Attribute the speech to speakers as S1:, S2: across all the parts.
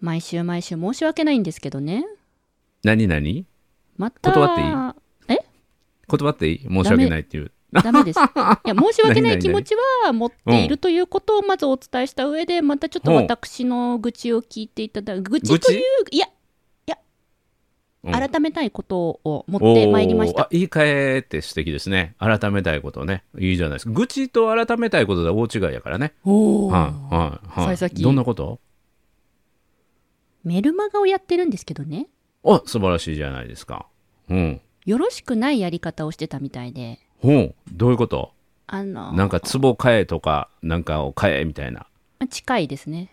S1: 毎週毎週申し訳ないんですけどね。
S2: 何何
S1: また。
S2: 断っていい
S1: え
S2: 断っていい申し訳ないっていう。
S1: ダメです。いや、申し訳ない気持ちは持っているということをまずお伝えした上で、またちょっと私の愚痴を聞いていただく。愚痴という、いや、
S2: うん
S1: 改めたいことを持ってまいりまし
S2: おーあ
S1: た。
S2: 言い換えって素敵ですね。改めたいことね。いいじゃないですか。愚痴と改めたいことでは大違いやからね。
S1: おー
S2: はいはいはい。
S1: 幸先
S2: どんなこと
S1: メルマガをやってるんですけどね、
S2: あ素晴らしいじゃないですか。うん。
S1: よろしくないやり方をしてたみたいで、
S2: ほうどういうこと
S1: あの、
S2: なんか壺買えとか、なんかを買えみたいな。
S1: 近いですね。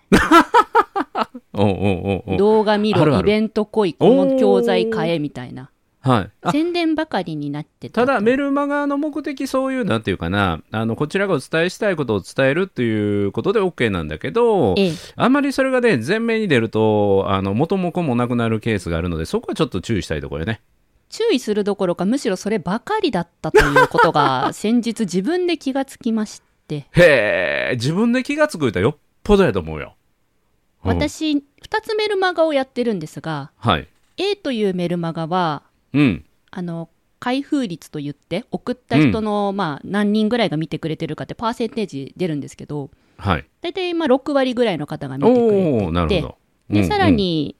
S2: おうおうおうおう
S1: 動画見ろ、
S2: あるある
S1: イベント来い、この教材買えみたいな。
S2: はい。あ
S1: 宣伝ばかりになって
S2: ただ、
S1: と
S2: メルマガの目的、そういう、なんていうかな、あの、こちらがお伝えしたいことを伝えるっていうことで OK なんだけど、
S1: ええ、
S2: あんまりそれがね、前面に出ると、あの、元も子もなくなるケースがあるので、そこはちょっと注意したいところよね。
S1: 注意するどころか、むしろそればかりだったということが、先日自分で気がつきまして、
S2: へえ、自分で気がつくとはよっぽどやと思うよ。うん、
S1: 私、2つメルマガをやってるんですが、
S2: はい。
S1: A というメルマガは、
S2: うん。
S1: あの開封率といって送った人の、まあ、何人ぐらいが見てくれてるかってパーセンテージ出るんですけど
S2: はい。
S1: 大体まあ6割ぐらいの方が見てくれて
S2: おおなるほど。
S1: で、
S2: うん
S1: さら、に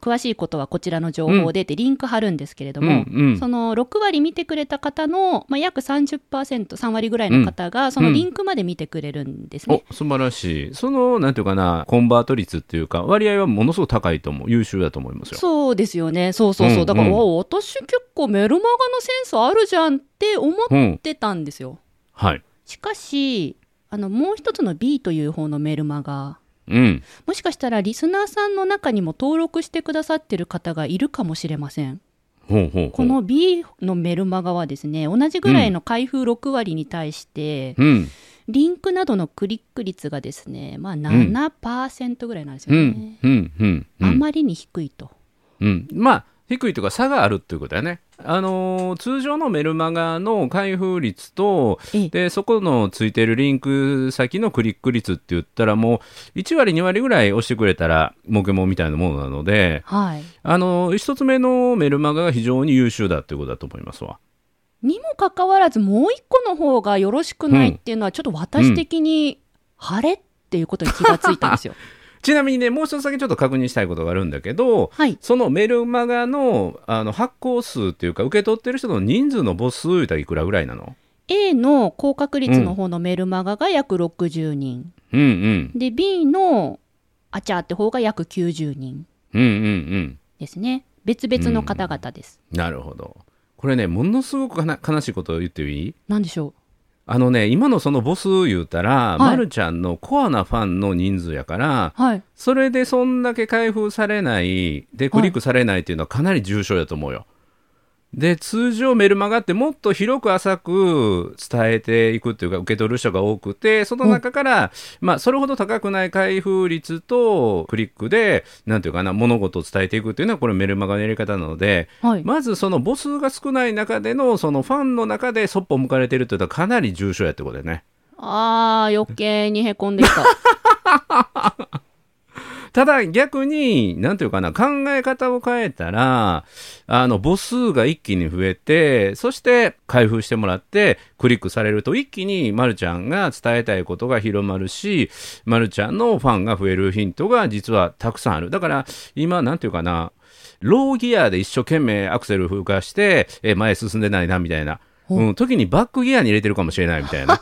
S1: 詳しいことはこちらの情報でってリンク貼るんですけれど
S2: うん、う
S1: も、
S2: ん、
S1: その6割見てくれた方の、まあ、約 30%3 割ぐらいの方がそのリンクまで見てくれるんですね。
S2: お素晴らしい。その、なんていうかな、コンバート率っていうか、割合はものすごく高いと思う。優秀だと思いますよ。
S1: そうですよね。そうそうそう。
S2: うん
S1: だから、
S2: うん
S1: わ私結構メルマガのセンスあるじゃんって思っ
S2: うん。
S1: てたんですよ。
S2: はい。
S1: しかしあのもう一つの B という方のメルマガ
S2: うん。
S1: もしかしたらリスナーさんの中にも登録してくださってる方がいるかもしれません
S2: ほうほうほう。
S1: こ、の B のメルマガはですね同じぐらいの開封6割に対して、
S2: うん。
S1: リンクなどのクリック率がですねまあ7%ぐらいなんですよ
S2: う
S1: ね、
S2: ん。うん。うん。う
S1: あ
S2: ん。
S1: まりに低いと
S2: うん、まあ低いというか差があるっていうことだね。あのー通常のメルマガの開封率と
S1: ええ
S2: でそこのついてるリンク先のクリック率って言ったらもう1割2割ぐらい押してくれたら儲けもんみたいなものなので、
S1: はい
S2: あのー、1つ目のメルマガが非常に優秀だということだと思いますわ。
S1: にもかかわらずもう一個の方がよろしくないっていうのはちょっと私的に晴れっていうことに気がついたん ですよ、
S2: ちなみにねもう一つだけちょっと確認したいことがあるんだけど
S1: はい
S2: そのメルマガのあの発行数っていうか受け取ってる人の人数の母数言ったらいくらぐらいなの
S1: A の高確率の方のメルマガが約60人、
S2: うんうん
S1: で B のあちゃーって方が約90人
S2: うんうんうん。
S1: ですね別々の方々です、
S2: なるほど。これね、ものすごくかな悲しいことを言っていい
S1: なんでしょ
S2: あのね、今のそのボス言うたら、
S1: い
S2: まるちゃんのコアなファンの人数やから、
S1: うはい
S2: それでそんだけ開封されない、で、クリックされないっていうのはかなり重症だと思うよ。で、通常メルマガってもっと広く浅く伝えていくっていうか、受け取る人が多くて、その中から、まあ、それほど高くない開封率とクリックで、なんていうかな、物事を伝えていくっていうのは、これメルマガのやり方なので、
S1: はい、
S2: まずその母数が少ない中でのそのファンの中でそっぽ向かれてるって言うとかなり重症やってことだよね。
S1: あー余計にへこんできた
S2: ただ逆に、なんていうかな、考え方を変えたら、あの母数が一気に増えて、そして開封してもらってクリックされると一気にまるちゃんが伝えたいことが広まるし、まるちゃんのファンが増えるヒントが実はたくさんある。だから今、なんていうかな、ローギアで一生懸命アクセル風化して、え前進んでないなみたいな、うん、時にバックギアに入れてるかもしれないみた いな。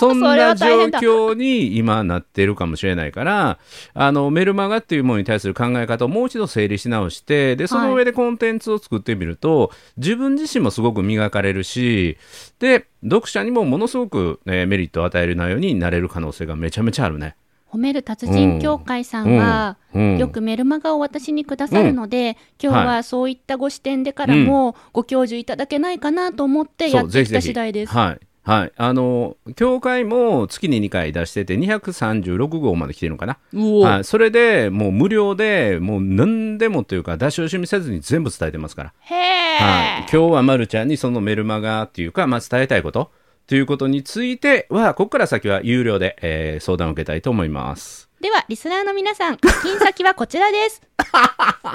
S2: そん
S1: それは
S2: な
S1: 大
S2: 状
S1: 変だ
S2: 況に今なってるかもしれないから、あのメルマガっていうものに対する考え方をもう一度整理し直して、で、その上でコンテンツを作ってみると、自分自身もすごく磨かれるし、で、読者にもものすごく、えーメリットを与える内容になれる可能性がめちゃめちゃあるね。
S1: 褒める達人協会さんは、
S2: うん
S1: よくメルマガを私にくださるので、今日はそういったご視点でからもご教授いただけないかなと思ってや
S2: そ
S1: っ
S2: う
S1: て
S2: ぜ
S1: き
S2: ひ
S1: た
S2: ぜ
S1: 次
S2: ひ
S1: 第です。
S2: はい。はい。あの、協会も月に2回出してて、236号まで来てるのかな。
S1: うお
S2: はい。それでもう無料で、もう何でもというか、出し惜しみせずに全部伝えてますから。
S1: へえ、
S2: はい、今日はまるちゃんにそのメルマガっていうか、まあ、伝えたいことということについてはここから先は有料で、えー相談を受けたいと思います。
S1: では、リスナーの皆さん、 課金先はこちらです。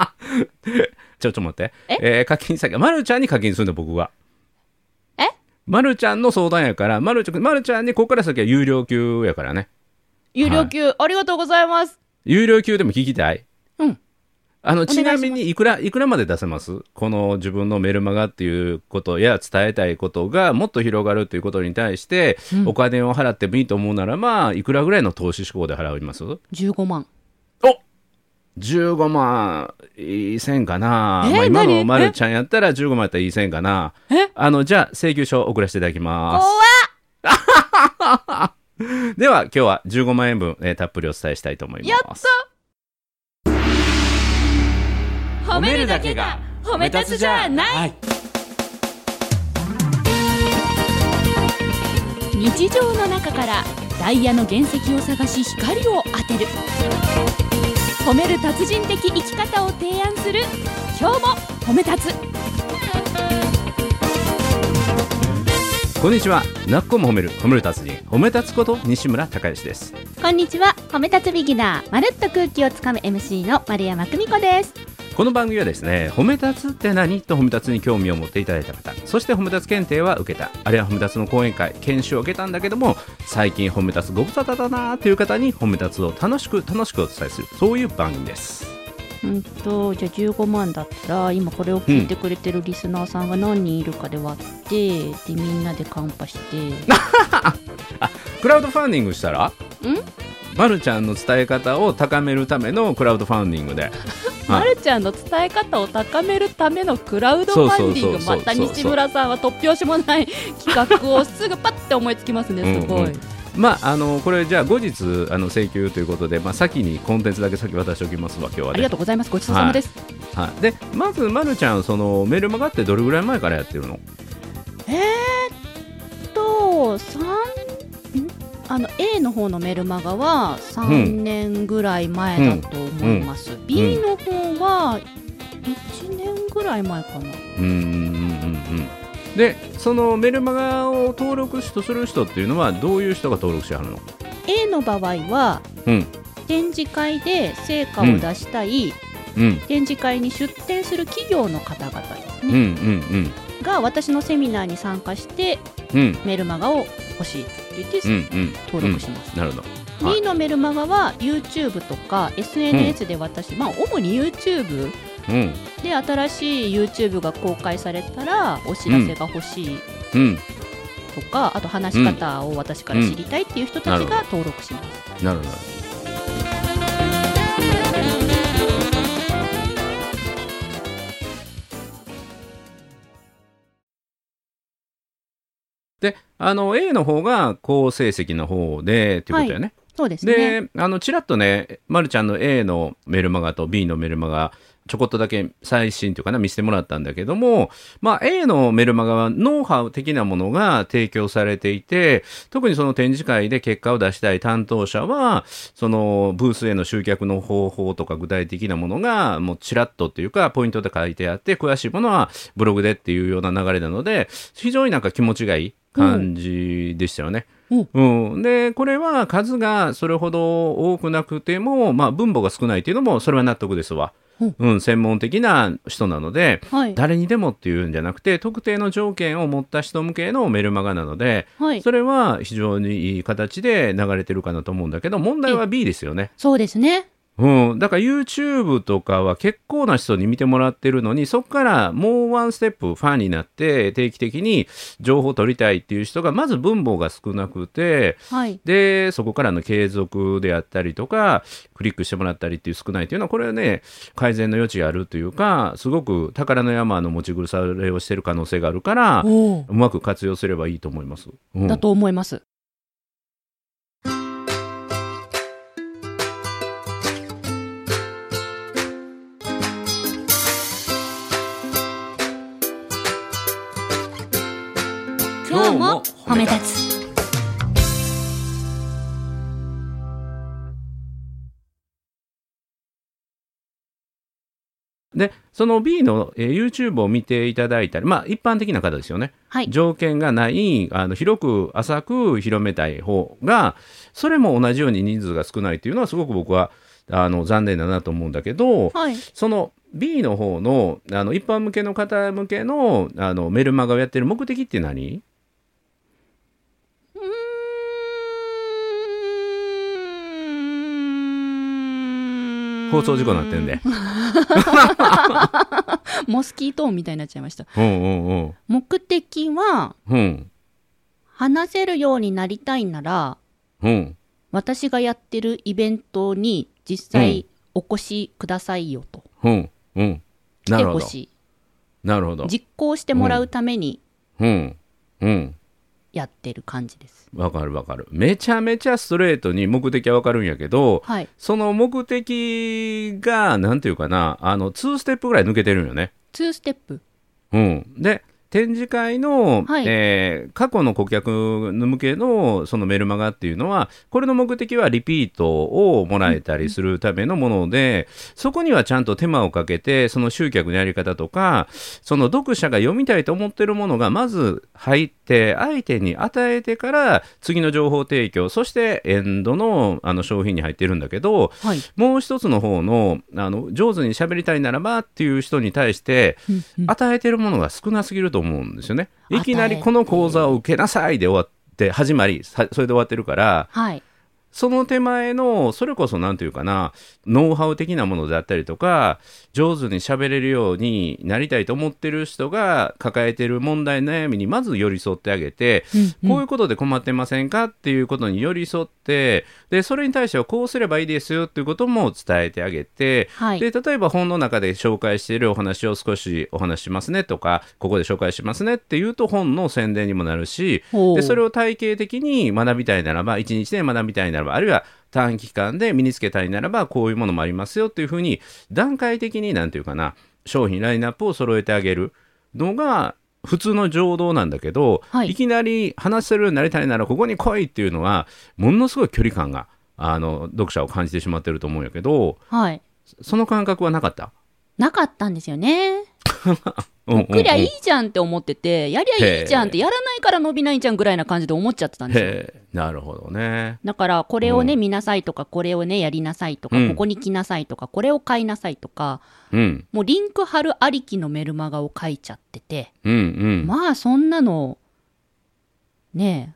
S2: ちょ、ちょっと待って。
S1: え
S2: えー課金先、まるちゃんに課金するの、僕は。
S1: え
S2: まるちゃんの相談やから、まるちゃん、まるちゃんにここから先は有料級やからね。
S1: 有料級、ありがとうございます。
S2: 有料級でも聞きたい
S1: うん。
S2: あ
S1: 願
S2: の
S1: い
S2: ち
S1: しま
S2: な
S1: す
S2: みにいくらいくらまで出せますこの自分のメルマガっていうことや伝えたいことがもっと広がるということに対して、お金を払ってもいいと思うならまあいくらぐらいの投資志向で払いますお
S1: 15万。
S2: 15万いい線かな、
S1: え
S2: まあ、今の
S1: 何
S2: まるちゃんやったら15万やったらいい線かな
S1: え
S2: あのじゃあ請求書送らせていただきま
S1: 怖っ
S2: すでは今日は15万円分、えーたっぷりお伝えしたいと思います
S1: やった
S2: い
S1: 日常の中からダイヤの原石を探し光を当てる褒める達人的生き方を提案する今日も褒め立つ
S2: こんにちは。なっこも褒める、褒める達人、褒め立つこと西村孝之です。
S1: こんにちは褒め立つビギナーまるっと空気をつかむ MC の丸山久美子です
S2: この番組はですね、褒め立つって何と褒め立つに興味を持っていただいた方、そして褒め立つ検定は受けた、あるいは褒め立つの講演会、研修を受けたんだけども、最近褒め立つご無沙汰だなーという方に褒め立つを楽しく楽しくお伝えする、そういう番組です。
S1: うんとじゃあ15万だったら今これを聞いてくれてるリスナーさんが何人いるかで割って、でみんなでカンパして
S2: クラウドファンディングしたらんまるちゃんの伝え方を高めるためのクラウドファンディングで。
S1: まるちゃんの伝え方を高めるためのクラウドファンディング
S2: そうそうそうそう
S1: また西村さんは突拍子もない企画をすぐパッて思いつきますねすごい、
S2: うんうんまあ、あの、これじゃあ後日、あの、請求ということで、まあ、先にコンテンツだけ先渡しておきますわ、今日はね。
S1: ありがとうございますごちそうさまです、
S2: はい、でまず、ま、るちゃんそのメルマガってどれぐらい前からやってるの
S1: と三んあの A の方のメルマガは3年ぐらい前だと思います、B の方は1年ぐらい前かな、
S2: うんうんうんうんでそのメルマガを登録しとする人っていうのはどういう人が登録しはるの
S1: A の場合は
S2: うん
S1: 展示会で成果を出したい、
S2: うん
S1: 展示会に出展する企業の方々です
S2: うん
S1: ね、
S2: うん
S1: が私のセミナーに参加して
S2: うんうん
S1: メルマガを欲しいって言って
S2: うんうん
S1: 登録します、
S2: なるほど
S1: B のメルマガは YouTube とか SNS で私、まあ主に YouTube
S2: うん
S1: で新しい YouTube が公開されたらお知らせが欲しい
S2: うん
S1: とか、あと話し方を私から知りたいっていう人たちが登録します、
S2: なるほどであの A の方が好成績の方でっていうことだよね、
S1: そうですね
S2: で、あの、ちらっとね、まるちゃんの A のメルマガと B のメルマガ、ちょこっとだけ最新というかな、見せてもらったんだけども、まあ、A のメルマガはノウハウ的なものが提供されていて、特にその展示会で結果を出したい担当者は、そのブースへの集客の方法とか具体的なものが、もうちらっとっていうか、ポイントで書いてあって、詳しいものはブログでっていうような流れなので、非常になんか気持ちがいい感じでしたよね。うん、でこれは数がそれほど多くなくても、まあ、分母が少ないというのもそれは納得ですわ、
S1: うん
S2: うん、専門的な人なので
S1: はい
S2: 誰にでもっていうんじゃなくて特定の条件を持った人向けのメルマガなので
S1: はい
S2: それは非常にいい形で流れてるかなと思うんだけど問題は B ですよね。
S1: そうですね
S2: うん、だから YouTube とかは結構な人に見てもらってるのにそこからもうワンステップファンになって定期的に情報を取りたいっていう人がまず分母が少なくて
S1: はい
S2: でそこからの継続であったりとかクリックしてもらったりっていう少ないというのはこれはね改善の余地があるというかすごく宝の山の持ち腐れをしてる可能性があるから
S1: おー
S2: うまく活用すればいいと思います。うん
S1: だと思います今日も褒め立つ
S2: で、その B の、えー YouTube を見ていただいたり、まあ一般的な方ですよね。
S1: はい。
S2: 条件がない、あの広く浅く広めたい方が、それも同じように人数が少ないというのはすごく僕はあの残念だなと思うんだけど、
S1: はい。
S2: その B の方のあの一般向けの方向けのあのメルマガをやってる目的って何
S1: うーん
S2: 放送事故になってんで。
S1: モスキート音みたいになっちゃいました
S2: うんうんうん。
S1: 目的は
S2: うん。
S1: 話せるようになりたいなら
S2: うん。
S1: 私がやってるイベントに実際お越しくださいよと、
S2: うん。うん。
S1: 来
S2: な
S1: て
S2: るほ
S1: ほ
S2: ど。
S1: し
S2: なるほど
S1: い。実行してもらうために
S2: うん。うん。
S1: やってる感じです、
S2: わかるわかる。めちゃめちゃストレートに目的はわかるんやけど、
S1: はい
S2: その目的が、なんていうかな、あの、2ステップぐらい抜けてるんよね。
S1: 2ステップ
S2: うん。で、展示会の、
S1: はい
S2: えー過去の顧客向けのそのメルマガっていうのは、これの目的はリピートをもらえたりするためのもので、そこにはちゃんと手間をかけて、その集客のやり方とか、その読者が読みたいと思ってるものがまず入って、相手に与えてから、次の情報提供、そしてエンドのあの商品に入ってるんだけど、
S1: はい
S2: もう一つの方のあの上手に喋りたいならばっていう人に対して
S1: うんうん
S2: 与えてるものが少なすぎると思うんですよね。
S1: 与え
S2: いきなりこの講座を受けなさいで終わって始まりさそれで終わってるから
S1: はい
S2: その手前のそれこそ何て言うかなノウハウ的なものであったりとか上手に喋れるようになりたいと思ってる人が抱えてる問題悩みにまず寄り添ってあげてこういうことで困ってませんかっていうことに寄り添ってでそれに対してはこうすればいいですよっていうことも伝えてあげて
S1: はい
S2: で例えば本の中で紹介しているお話を少しお話ししますねとかここで紹介しますねっていうと本の宣伝にもなるし
S1: ほう
S2: でそれを体系的に学びたいならば1日で学びたいならばあるいは短期間で身につけたいならばこういうものもありますよっていうふうに段階的になんていうかな商品ラインナップを揃えてあげるのが普通の情動なんだけど、
S1: はい
S2: いきなり話せるようになりたいならここに来いっていうのはものすごい距離感があの読者を感じてしまってると思うんやけど
S1: はい
S2: その感覚はなかった
S1: なかったんですよね
S2: うんうんうん
S1: くりゃいいじゃんって思っててやりゃいいじゃんってやらないから伸びないじゃんぐらいな感じで思っちゃってたんですよ
S2: へえなるほどね。
S1: だから、これをね、
S2: う
S1: 見なさいとか、これをね、やりなさいとか、
S2: うん
S1: ここに来なさいとか、これを買いなさいとか、
S2: うん
S1: もうリンク貼るありきのメルマガを書いちゃってて、
S2: うんうん。
S1: まあ、そんなの、ね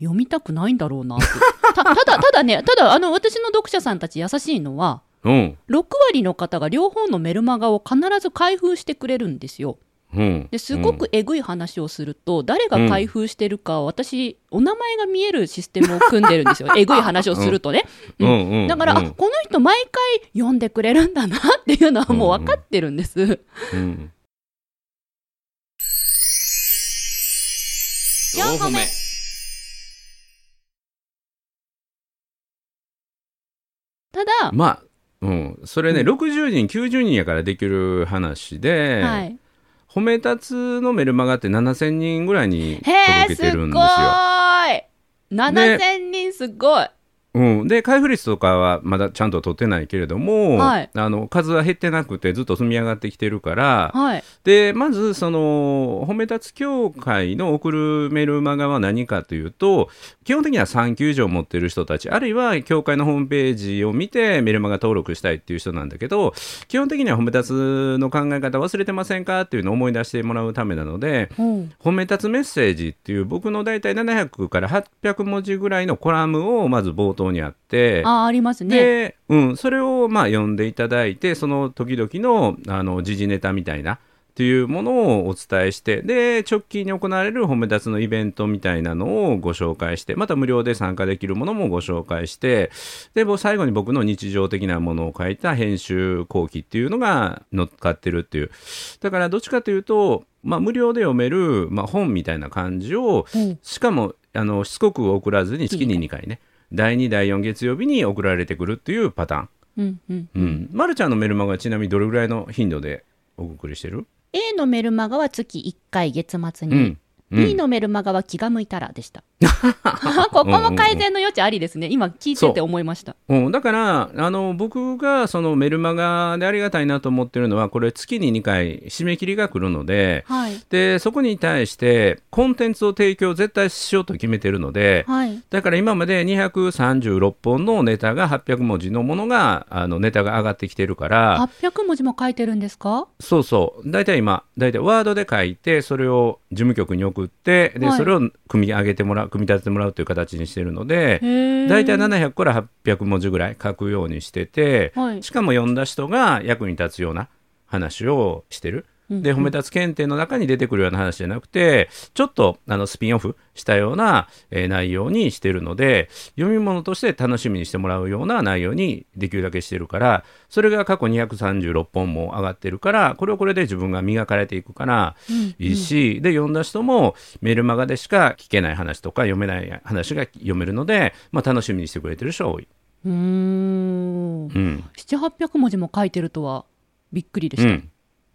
S1: え、読みたくないんだろうなって。た ただ、ただね、ただ、あの、私の読者さんたち優しいのは、
S2: うん
S1: 6割の方が両方のメルマガを必ず開封してくれるんですよ。
S2: うん。
S1: ですごくえぐい話をすると、誰が開封してるか、私、お名前が見えるシステムを組んでるん ですよ。えぐい話をするとね。
S2: うん、うんうんうん。
S1: だから、
S2: う
S1: あ
S2: ん
S1: この人毎回読んでくれるんだなっていうのはもう分かってるんです。
S2: うん。
S1: 四歩目ただ、
S2: まあ、うん、それね、
S1: うん
S2: 60人90人やからできる話で、
S1: はい、
S2: 褒め立つのメルマガって7000人ぐらいに
S1: へ
S2: 届
S1: え
S2: け
S1: すご
S2: てるんですよ。
S1: ーい7000人すごい
S2: うん、で開封率とかはまだちゃんと取ってないけれども、
S1: はい
S2: あの数は減ってなくてずっと積み上がってきてるから、
S1: はい
S2: でまずその褒め立つ協会の送るメルマガは何かというと基本的には産休以上持ってる人たちあるいは協会のホームページを見てメルマガ登録したいっていう人なんだけど基本的には褒め立つの考え方忘れてませんかっていうのを思い出してもらうためなので
S1: うん
S2: 褒め立つメッセージっていう僕の大体700から800文字ぐらいのコラムをまず冒頭にあって。
S1: あありますね
S2: で、うん、それをまあ読んでいただいてその時々のあの時事ネタみたいなっていうものをお伝えしてで直近に行われる褒め立つのイベントみたいなのをご紹介してまた無料で参加できるものもご紹介してでぼ最後に僕の日常的なものを書いた編集後期っていうのが乗っかってるっていうだからどっちかというと、まあ、無料で読める、まあ、本みたいな感じを
S1: うん
S2: しかもあのしつこく送らずに月に2回ね第2第4月曜日に送られてくるっていうパターン、
S1: うんうん
S2: うんま、るちゃんのメルマガはちなみにどれぐらいの頻度でお送りしてる
S1: A のメルマガは月1回月末
S2: う
S1: に、
S2: ん、うん
S1: B のメルマガは気が向いたらでしたここも改善の余地ありですね。今聞いてて思いました。
S2: うん、だからあの僕がそのメルマガでありがたいなと思ってるのはこれ月に2回締め切りが来るので
S1: はい。
S2: でそこに対してコンテンツを提供絶対しようと決めてるので
S1: はい。
S2: だから今まで236本のネタが800文字のものがあのネタが上がってきてるから
S1: 800文字も書いてるんですか
S2: そうそう大体今大体ワードで書いてそれを事務局に送ってで、
S1: はい
S2: それを組み上げてもらう組み立ててもらうという形にしてるので
S1: へえ。
S2: 大体700から800文字ぐらい書くようにしてて、
S1: はい
S2: しかも読んだ人が役に立つような話をしてる。
S1: うん
S2: で褒め立つ検定の中に出てくるような話じゃなくてちょっとあのスピンオフしたような、えー内容にしてるので読み物として楽しみにしてもらうような内容にできるだけしてるからそれが過去236本も上がってるからこれはこれで自分が磨かれていくから
S1: うん
S2: いいし、で読んだ人もメルマガでしか聞けない話とか読めない話が読めるので、まあ、楽しみにしてくれてる人は多い。
S1: うーん。
S2: うん
S1: 7、800文字も書いてるとはびっくりでし
S2: う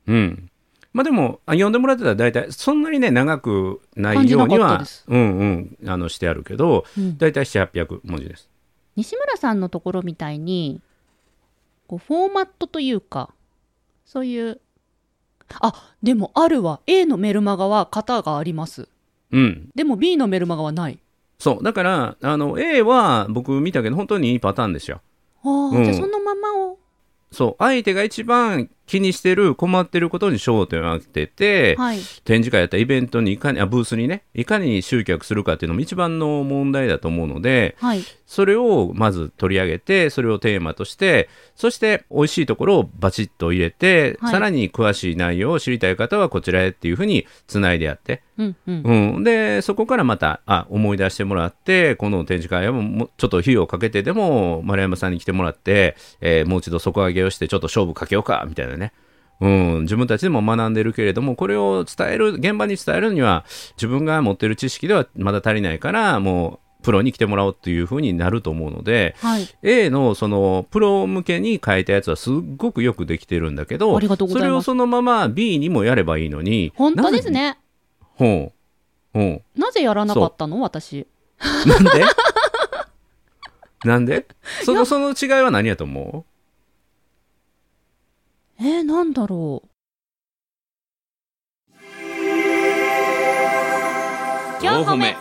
S1: た。
S2: ん、うん、まあでもあ読んでもらってたら大体そんなにね長くないよう
S1: 感じ
S2: に
S1: なかった
S2: は
S1: です
S2: うんうんあのしてあるけど
S1: うん
S2: 大体700800文字です。
S1: 西村さんのところみたいにこうフォーマットというかそういうあでもあるわ A のメルマガは型があります
S2: うん、
S1: でも B のメルマガはない
S2: そうだからあの A は僕見たけど本当にいいパターンですよ。
S1: あー、
S2: うん
S1: じゃあそのままを
S2: そう相手が一番気にしてる困ってることに焦点を当てて、
S1: はい
S2: 展示会やったりイベントにいかにあブースにねいかに集客するかっていうのも一番の問題だと思うので、
S1: はい
S2: それをまず取り上げて、それをテーマとして、そして美味しいところをバチッと入れて、
S1: はい
S2: さらに詳しい内容を知りたい方はこちらへっていうふうにつないでやって、
S1: うんうん
S2: うん、で、そこからまたあ思い出してもらって、この展示会はもうちょっと費用をかけてでも丸山さんに来てもらって、えーもう一度底上げをしてちょっと勝負かけようか、みたいなね。うん、自分たちでも学んでるけれどもこれを伝える現場に伝えるには自分が持ってる知識ではまだ足りないからもうプロに来てもらおうっていうふうになると思うので
S1: はい
S2: A のそのプロ向けに書いたやつはすっごくよくできてるんだけど
S1: ありがとうございます
S2: それをそのまま B にもやればいいのに
S1: 本当ですね
S2: ほうほう
S1: なぜやらなかったの私
S2: なんでなんでそのその違いは何やと思
S1: えー、なんだろう
S2: う
S1: 4個目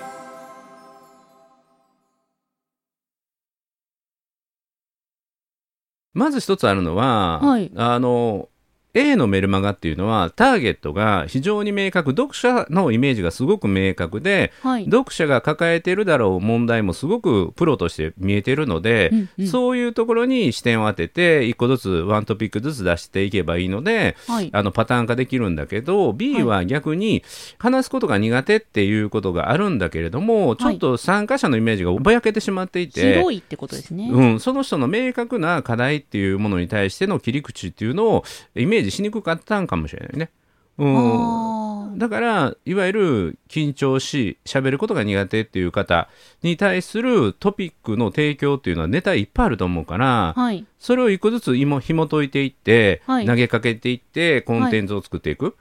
S2: まず一つあるのは、
S1: はい
S2: あの A のメルマガっていうのはターゲットが非常に明確読者のイメージがすごく明確で
S1: はい
S2: 読者が抱えてるだろう問題もすごくプロとして見えてるので、
S1: うんうん
S2: そういうところに視点を当てて一個ずつワントピックずつ出していけばいいので
S1: はい
S2: あのパターン化できるんだけど B は逆に話すことが苦手っていうことがあるんだけれども、ちょっと参加者のイメージがぼやけてしまっていて。
S1: 白いってことですね、
S2: うん、その人の明確な課題っていうものに対しての切り口っていうのをイメージしにくかったんかもしれないね。うん、
S1: あ
S2: だからいわゆる緊張し喋ることが苦手っていう方に対するトピックの提供っていうのはネタいっぱいあると思うから
S1: あはい
S2: それを一個ずつひも紐解いていって、
S1: はい
S2: 投げかけていってコンテンツを作っていく、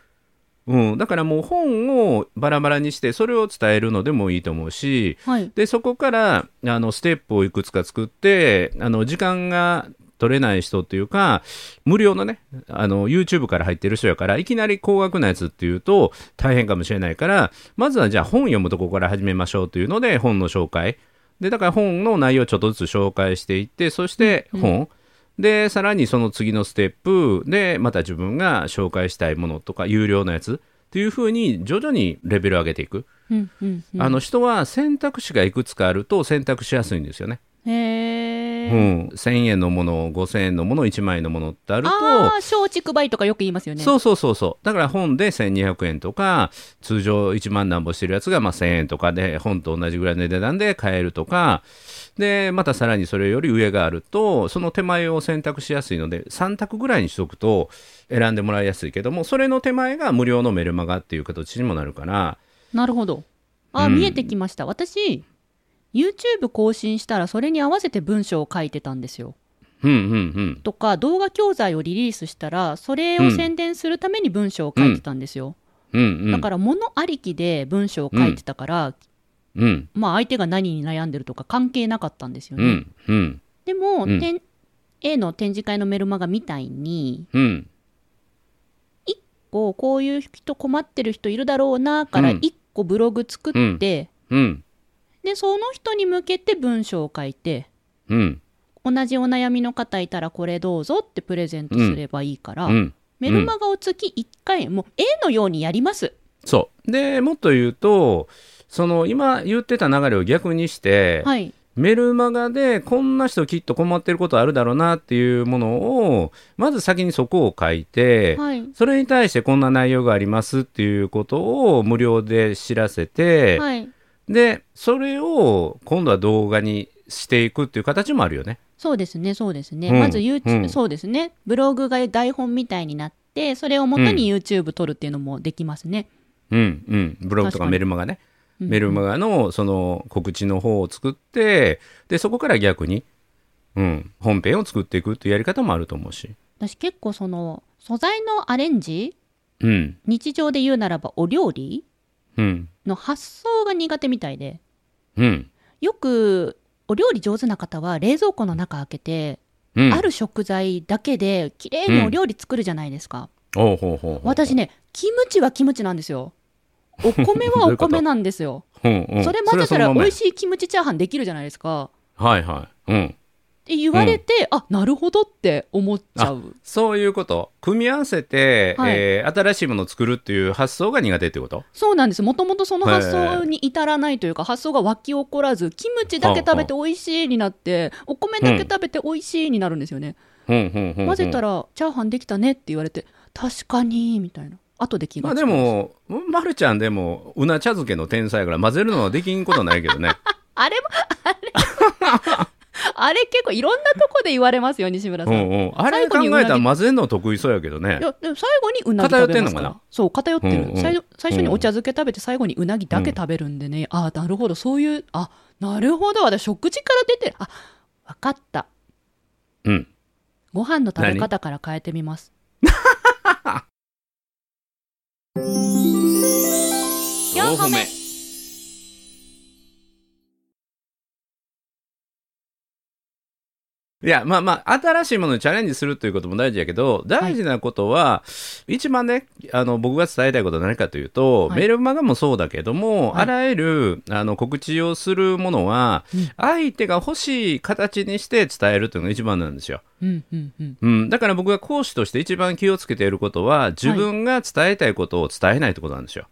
S2: うん、だからもう本をバラバラにしてそれを伝えるのでもいいと思うし
S1: はい
S2: でそこからあのステップをいくつか作ってあの時間が取れない人っていうか無料のねあの YouTube から入ってる人やからいきなり高額なやつっていうと大変かもしれないからまずはじゃあ本読むとこから始めましょうというので本の紹介でだから本の内容をちょっとずつ紹介していってそして本、でさらにその次のステップでまた自分が紹介したいものとか有料のやつっていうふうに徐々にレベルを上げていく
S1: うんうんうん
S2: あの人は選択肢がいくつかあると選択しやすいんですよね。
S1: へ
S2: う
S1: え、
S2: ん、1000円のもの5000円のもの1万円のものってある
S1: あ
S2: と。
S1: あー松竹梅とかよく言いますよね
S2: そうそうそうそうだから本で1200円とか通常1万なんぼしてるやつがまあ1000円とかで本と同じぐらいの値段で買えるとかでまたさらにそれより上があるとその手前を選択しやすいので3択ぐらいにしとくと選んでもらいやすいけどもそれの手前が無料のメルマガっていう形にもなるから
S1: なるほどあ、
S2: うん
S1: 見えてきました私 YouTube 更新したらそれに合わせて文章を書いてたんですよ
S2: うんうんうん
S1: とか動画教材をリリースしたらそれを宣伝するために文章を書いてたんですよ、
S2: うんうん
S1: だから物ありきで文章を書いてたから、
S2: うん
S1: まあ、相手が何に悩んでるとか関係なかったんですよ
S2: う
S1: ね。
S2: んうん
S1: でも、
S2: うん
S1: てん A の展示会のメルマガみたいに
S2: うん
S1: こうこういう人困ってる人いるだろうなから
S2: うん
S1: 1個ブログ作って、
S2: うん
S1: で
S2: うん
S1: その人に向けて文章を書いて
S2: うん
S1: 同じお悩みの方いたらこれどうぞってプレゼントすればいいから、
S2: うん
S1: メルマガを月1回もう A のようにやります。
S2: そうでもっと言うとその今言ってた流れを逆にして、
S1: はい、
S2: メルマガでこんな人きっと困ってることあるだろうなっていうものをまず先にそこを書いて、
S1: はい
S2: それに対してこんな内容がありますっていうことを無料で知らせて、
S1: はい
S2: でそれを今度は動画にしていくっていう形もあるよね。
S1: そうですね、そうですね。
S2: うん
S1: まず YouTube、
S2: うん
S1: そうですね。ブログが台本みたいになって、それをもとに YouTube 撮るっていうのもできますね。
S2: うんうん、ブログ
S1: 確
S2: と
S1: か
S2: か
S1: に
S2: メルマガね、
S1: うん
S2: メルマガのその告知の方を作ってでそこから逆に、うん、本編を作っていくっていうやり方もあると思うし。
S1: 私結構その、素材のアレンジ
S2: うん
S1: 日常で言うならばお料理
S2: うん
S1: の発想が苦手みたいで、
S2: うん
S1: よくお料理上手な方は冷蔵庫の中開けて、
S2: うん、
S1: ある食材だけで綺麗にお料理作るじゃないですか。
S2: おうほうほうほう
S1: 私ね、キムチはキムチなんです よ。お米は
S2: どうい
S1: お
S2: うこと
S1: 米なんですよ。
S2: うんうん
S1: それ混ぜた
S2: そ
S1: ら
S2: れはそのままや
S1: 美味しいキムチチャーハンできるじゃないですか。
S2: はいはい、うん、
S1: って言われて、あなるほどって思っちゃう
S2: そういうこと組み合わせて、
S1: はい
S2: えー新しいものを作るっていう発想が苦手ってこと
S1: そうなんですもともとその
S2: へえ
S1: 発想に至らないというか発想が湧き起こらずキムチだけ食べて美味しいになってお米だけ食べて美味しいになるんですよね、混ぜた
S2: ら
S1: らチャーハンできたねって言われて確かにみたいな後で気
S2: ま
S1: が
S2: あ
S1: つ
S2: で
S1: く
S2: も、ま、るちゃんでもうな茶漬けの天才やから混ぜるのはできんことないけどね
S1: あれもあれあれ結構いろんなとこで言われますよ西村
S2: う
S1: さん、
S2: ん、うん、あれ考えたら混ぜるの得意そうやけどね
S1: いやでも最後にうなぎ食べます
S2: 偏って
S1: か
S2: んの
S1: ら
S2: かな
S1: そう偏ってる、
S2: うんうん
S1: 最初最初にお茶漬け食べて最後にうなぎだけ食べるんでね、ああなるほどそういうあなるほど私食事から出てるあわかった
S2: うん
S1: ご飯の食べ方から変えてみます4歩目
S2: いやまあまあ新しいものにチャレンジするということも大事やけど大事なことは、一番ねあの僕が伝えたいことは何かというと、
S1: はい
S2: メルマガもそうだけども、
S1: はい
S2: あらゆるあの告知をするものは、
S1: うん
S2: 相手が欲しい形にして伝えるというのが一番なんですよ。
S1: うんうんうん
S2: うん、だから僕が講師として一番気をつけていることは自分が伝えたいことを伝えないってことなんですよ。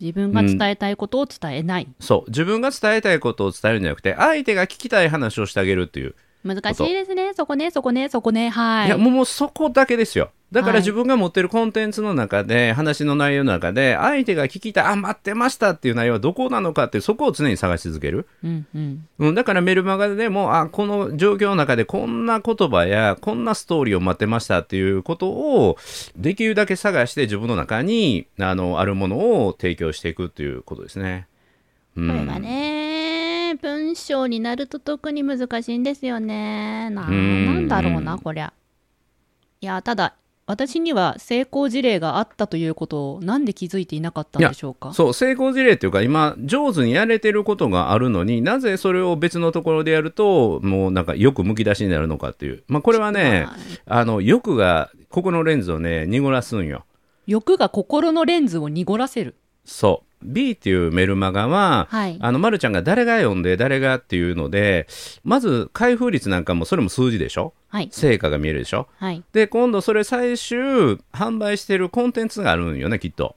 S1: 自分が伝えたいことを伝えない、
S2: そう自分が伝えたいことを伝えるんじゃなくて相手が聞きたい話をしてあげるっていう、
S1: 難しいですねそこねそこねそこねはい
S2: い、やもうもうそこだけですよだか
S1: は
S2: ら
S1: い
S2: 自分が持ってるコンテンツの中で話の内容の中で相手が聞きたいあ待ってましたっていう内容はどこなのかっていうそこを常に探し続ける、
S1: うんうん
S2: うん、だからメルマガでもあこの状況の中でこんな言葉やこんなストーリーを待ってましたっていうことをできるだけ探して自分の中にあのあるものを提供していくっていうことですね。うん
S1: これがね文章になると特に難しいんですよねな
S2: うん
S1: なんだろうなこりゃいやただ私には成功事例があったということをなんで気づいていなかったんでしょうか
S2: そう成功事例というか今上手にやれてることがあるのになぜそれを別のところでやるともうなんかよくむき出しになるのかっていう、まあ、これはね
S1: まあ
S2: あの欲がここのレンズをね濁らすんよ
S1: 欲が心のレンズを濁らせる
S2: そう B っていうメルマガは、
S1: はい
S2: あの、ま、るちゃんが誰が読んで誰がっていうのでまず開封率なんかもそれも数字でしょ
S1: はい
S2: 成果が見えるでしょ
S1: はい
S2: で今度それ最終販売してるコンテンツがあるんよねきっと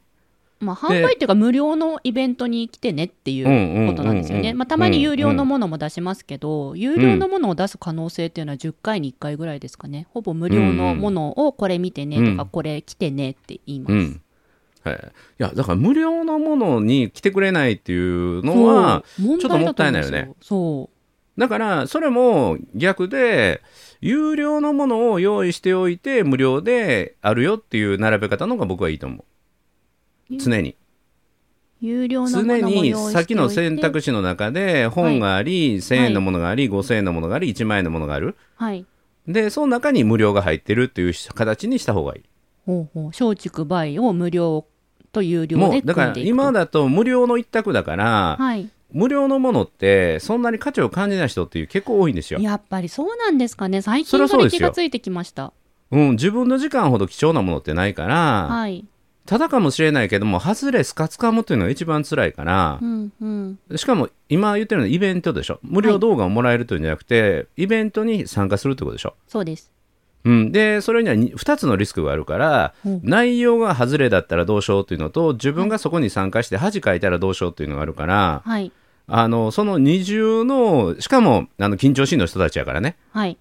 S1: まあ、販売っていうか無料のイベントに来てねっていうことなんですよ
S2: うんうんうん
S1: ね。
S2: うん
S1: まあ、たまに有料のものも出しますけど、有料のものを出す可能性っていうのは10回に1回ぐらいですかね。ほぼ無料のものをこれ見てねとか、
S2: うん
S1: これ来てねって言います。
S2: うんはい、いやだから無料のものに来てくれないっていうのは
S1: そう問
S2: ちょっと
S1: 題
S2: も
S1: だ
S2: っ
S1: と
S2: た
S1: 思う
S2: い
S1: ん
S2: ない
S1: で
S2: よ
S1: す
S2: ね
S1: よ。そ
S2: だからそれも逆で有料のものを用意しておいて無料であるよっていう並べ方の方が僕はいいと思う常に
S1: う。有料のも
S2: 常
S1: のも用意
S2: に
S1: しておいて
S2: 先の選択肢の中で本があり1000円のものがあり5000円のものがあり1万円のものがある
S1: はい。
S2: でその中に無料が入ってるっていう形にした方がいい
S1: ほうほう。松竹梅を無料と有料
S2: も
S1: で組んでいうく。
S2: だから今だと無料の一択だから、
S1: はい。
S2: 無料のものってそんなに価値を感じない人っていう結構多いんですよ。
S1: やっぱりそうなんですかね最
S2: そ
S1: 近
S2: りゃ
S1: そ
S2: そう
S1: れ
S2: です
S1: 気
S2: よ
S1: がついてきました
S2: うん、自分の時間ほど貴重なものってないから、
S1: はい
S2: ただかもしれないけども、外れスカスカもっていうのが一番辛いから
S1: う、んうん
S2: しかも今言ってるのはイベントでしょ。無料動画をもらえるというんじゃなくて、イベントに参加するってことでしょ。
S1: そうです
S2: うん、でそれにはに2つのリスクがあるから、
S1: うん
S2: 内容が外れだったらどうしようっていうのと自分がそこに参加して恥かいたらどうしようっていうのがあるから、
S1: はい
S2: あのその二重のしかもあの緊張しいの人たちやからね、
S1: はい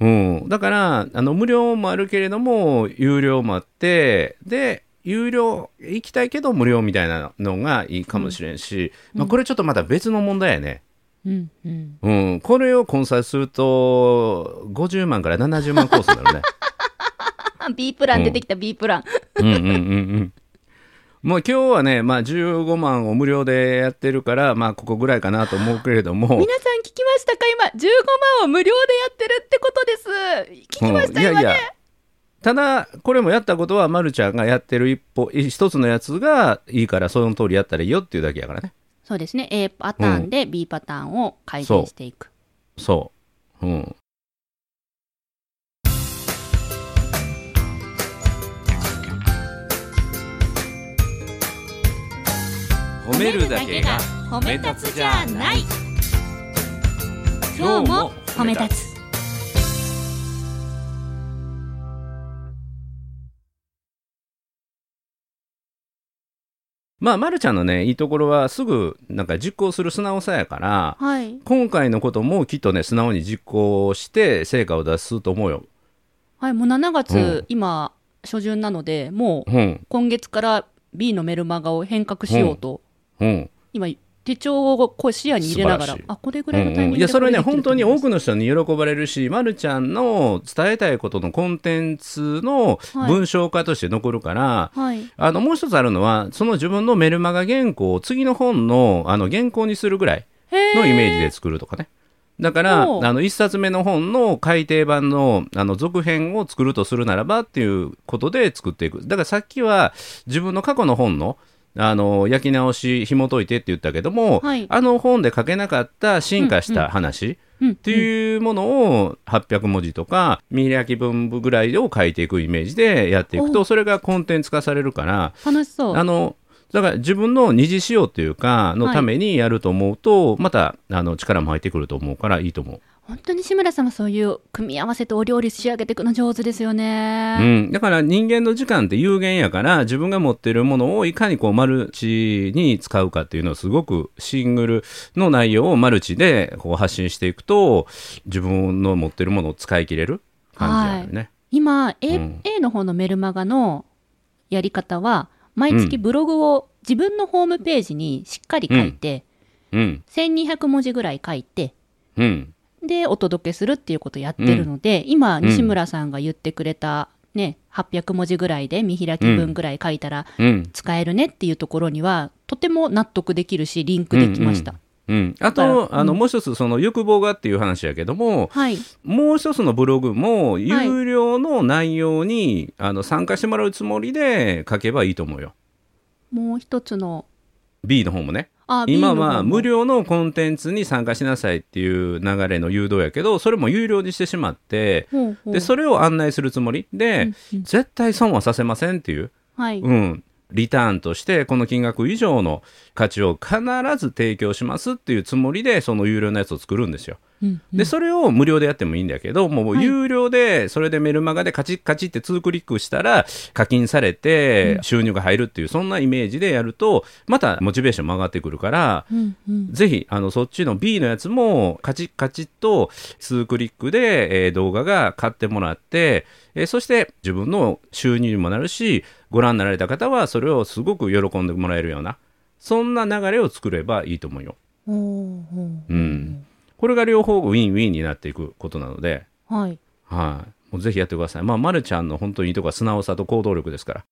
S2: うん、だからあの無料もあるけれども有料もあってで有料行きたいけど無料みたいなのがいいかもしれんし、まあ、これちょっとまた別の問題やね。
S1: うんうん
S2: うん、これをコンサルすると50万から70万コースになるね。
S1: あ B プラン出てきた B プラン、
S2: うんうんうんうん。もう今日はね、まあ、15万を無料でやってるから、まあ、ここぐらいかなと思うけれども、
S1: 皆さん聞きましたか今15万を無料でやってるってことです聞きました、
S2: うん
S1: 今ね
S2: ただ、これもやったことは、まるちゃんがやってる一歩、い一つのやつがいいから、その通りやったらいいよっていうだけやからね。
S1: そうですね A パターンで B パターンを改
S2: そう
S1: 善していく
S2: そう。うん。褒
S1: 褒
S2: め立つじゃない今日も褒め立
S1: つ
S2: まあ、まるちゃんのね、いいところは、すぐ、なんか実行する素直さやから、
S1: はい
S2: 今回のこともきっとね、素直に実行して、成果を出すと思うよ。
S1: はいもう7月、
S2: うん
S1: 今初旬なのでもう
S2: うん、
S1: 今月から B のメルマガを変革しようと、
S2: うん。
S1: 今手帳をこう視野に入れなが
S2: 素
S1: ら
S2: 晴らしい
S1: あこれぐ
S2: う
S1: らいのタイミン
S2: ん
S1: グで
S2: うん、いやそれね本当に多
S1: く
S2: くの人に喜ばれるし、ま、るちゃんの伝えたいことのコンテンツの文章化として残るから、
S1: はい
S2: あのもう一つあるのはその自分のメルマガ原稿を次の本のあの原稿にするぐらいのイメージで作るとかね。だからあ
S1: おう
S2: の1冊目の本の改訂版のあの続編を作るとするならばっていうことで作っていくだからさっきは自分の過去の本のあの焼き直し紐解いてって言ったけども、
S1: はい
S2: あの本で書けなかった進化した話
S1: うん
S2: っていうものを800文字とか見開き文ぐらいを書いていくイメージでやっていく
S1: お
S2: とそれがコンテンツ化されるから
S1: 楽しそう
S2: あのだから自分の二次使用というかのためにやると思うと、またあの力も入ってくると思うからいいと思う、
S1: 本当に志村さんはそういう組み合わせとお料理仕上げていくの上手ですよね、
S2: うん、だから人間の時間って有限やから自分が持っているものをいかにこうマルチに使うかっていうのをすごくシングルの内容をマルチでこう発信していくと自分の持っているものを使い切れる感じになるね。
S1: 今 A,、
S2: うん
S1: A の方のメルマガのやり方は毎月ブログを自分のホームページにしっかり書いて、
S2: うん
S1: 1200文字ぐらい書いて
S2: うん
S1: でお届けするっていうことをやってるので、今西村さんが言ってくれた、ね、800文字ぐらいで見開き文ぐらい書いたら
S2: うん
S1: 使えるねっていうところにはとても納得できるしリンクできました、
S2: うん、あ
S1: だから
S2: と、あのもう一つその欲望がっていう話やけども、
S1: はい
S2: もう一つのブログも有料の内容に、あの参加してもらうつもりで書けばいいと思うよ
S1: もう一つの
S2: B の方もね
S1: あ B の
S2: 今
S1: 方も
S2: は無料のコンテンツに参加しなさいっていう流れの誘導やけどそれも有料にしてしまって
S1: ほうほう
S2: でそれを案内するつもりで、
S1: うんうん
S2: 絶対損はさせませんっていう、
S1: はい、
S2: うん、リターンとしてこの金額以上の価値を必ず提供しますっていうつもりでその有料のやつを作るんですよ。
S1: うんうん
S2: でそれを無料でやってもいいんだけどもう
S1: はい
S2: 有料でそれでメルマガでカチッカチッって2クリックしたら課金されて収入が入るっていうそんなイメージでやるとまたモチベーションも上がってくるから。
S1: うんうん
S2: ぜひあのそっちの B のやつもカチッカチッと2クリックで、えー動画が買ってもらって、えーそして自分の収入にもなるしご覧になられた方はそれをすごく喜んでもらえるようなそんな流れを作ればいいと思うよ。
S1: ほうほう
S2: うん、これが両方ウィンウィンになっていくことなので、
S1: はい
S2: はい、もうぜひやってください。まあ、まるちゃんの本当にいいとこは素直さと行動力ですから。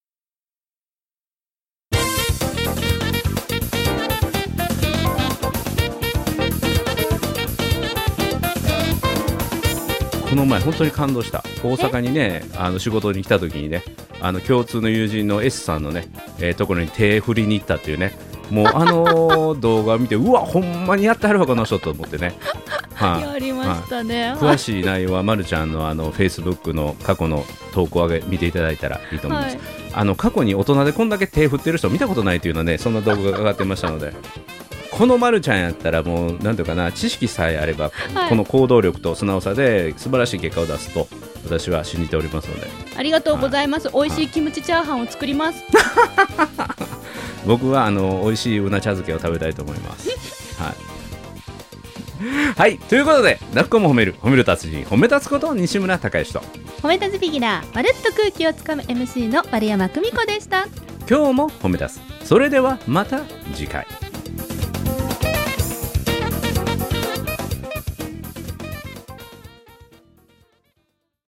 S2: この前本当に感動した大阪にねあの仕事に来た時にねあの共通の友人の S さんのね、えーところに手振りに行ったっていうねもうあの動画を見てうわほんまにやってはるわこの人と思ってね、は
S1: やりましたね
S2: い、。 詳しい内容はまるちゃんのあのフェイスブックの過去の投稿を上げ見ていただいたらいいと思いま
S1: は
S2: す、
S1: い、
S2: あの過去に大人でこんだけ手振ってる人見たことないというのはねそんな動画が上がってましたので このまるちゃんやったらもうなんていうかな知識さえあれば、
S1: はい
S2: この行動力と素直さで素晴らしい結果を出すと私は信じておりますので
S1: ありがとうございます。美味しいキムチチャーハンを作ります。
S2: 僕はあの美味しいうな茶漬けを食べたいと思います。はいはい、ということで、泣く子も褒める、褒める達人、褒め立つこと西村孝之と、
S1: 褒めたつビギナー、まるっと空気をつかむ MC の丸山久美子でした。
S2: 今日も褒め立つ。それではまた次回。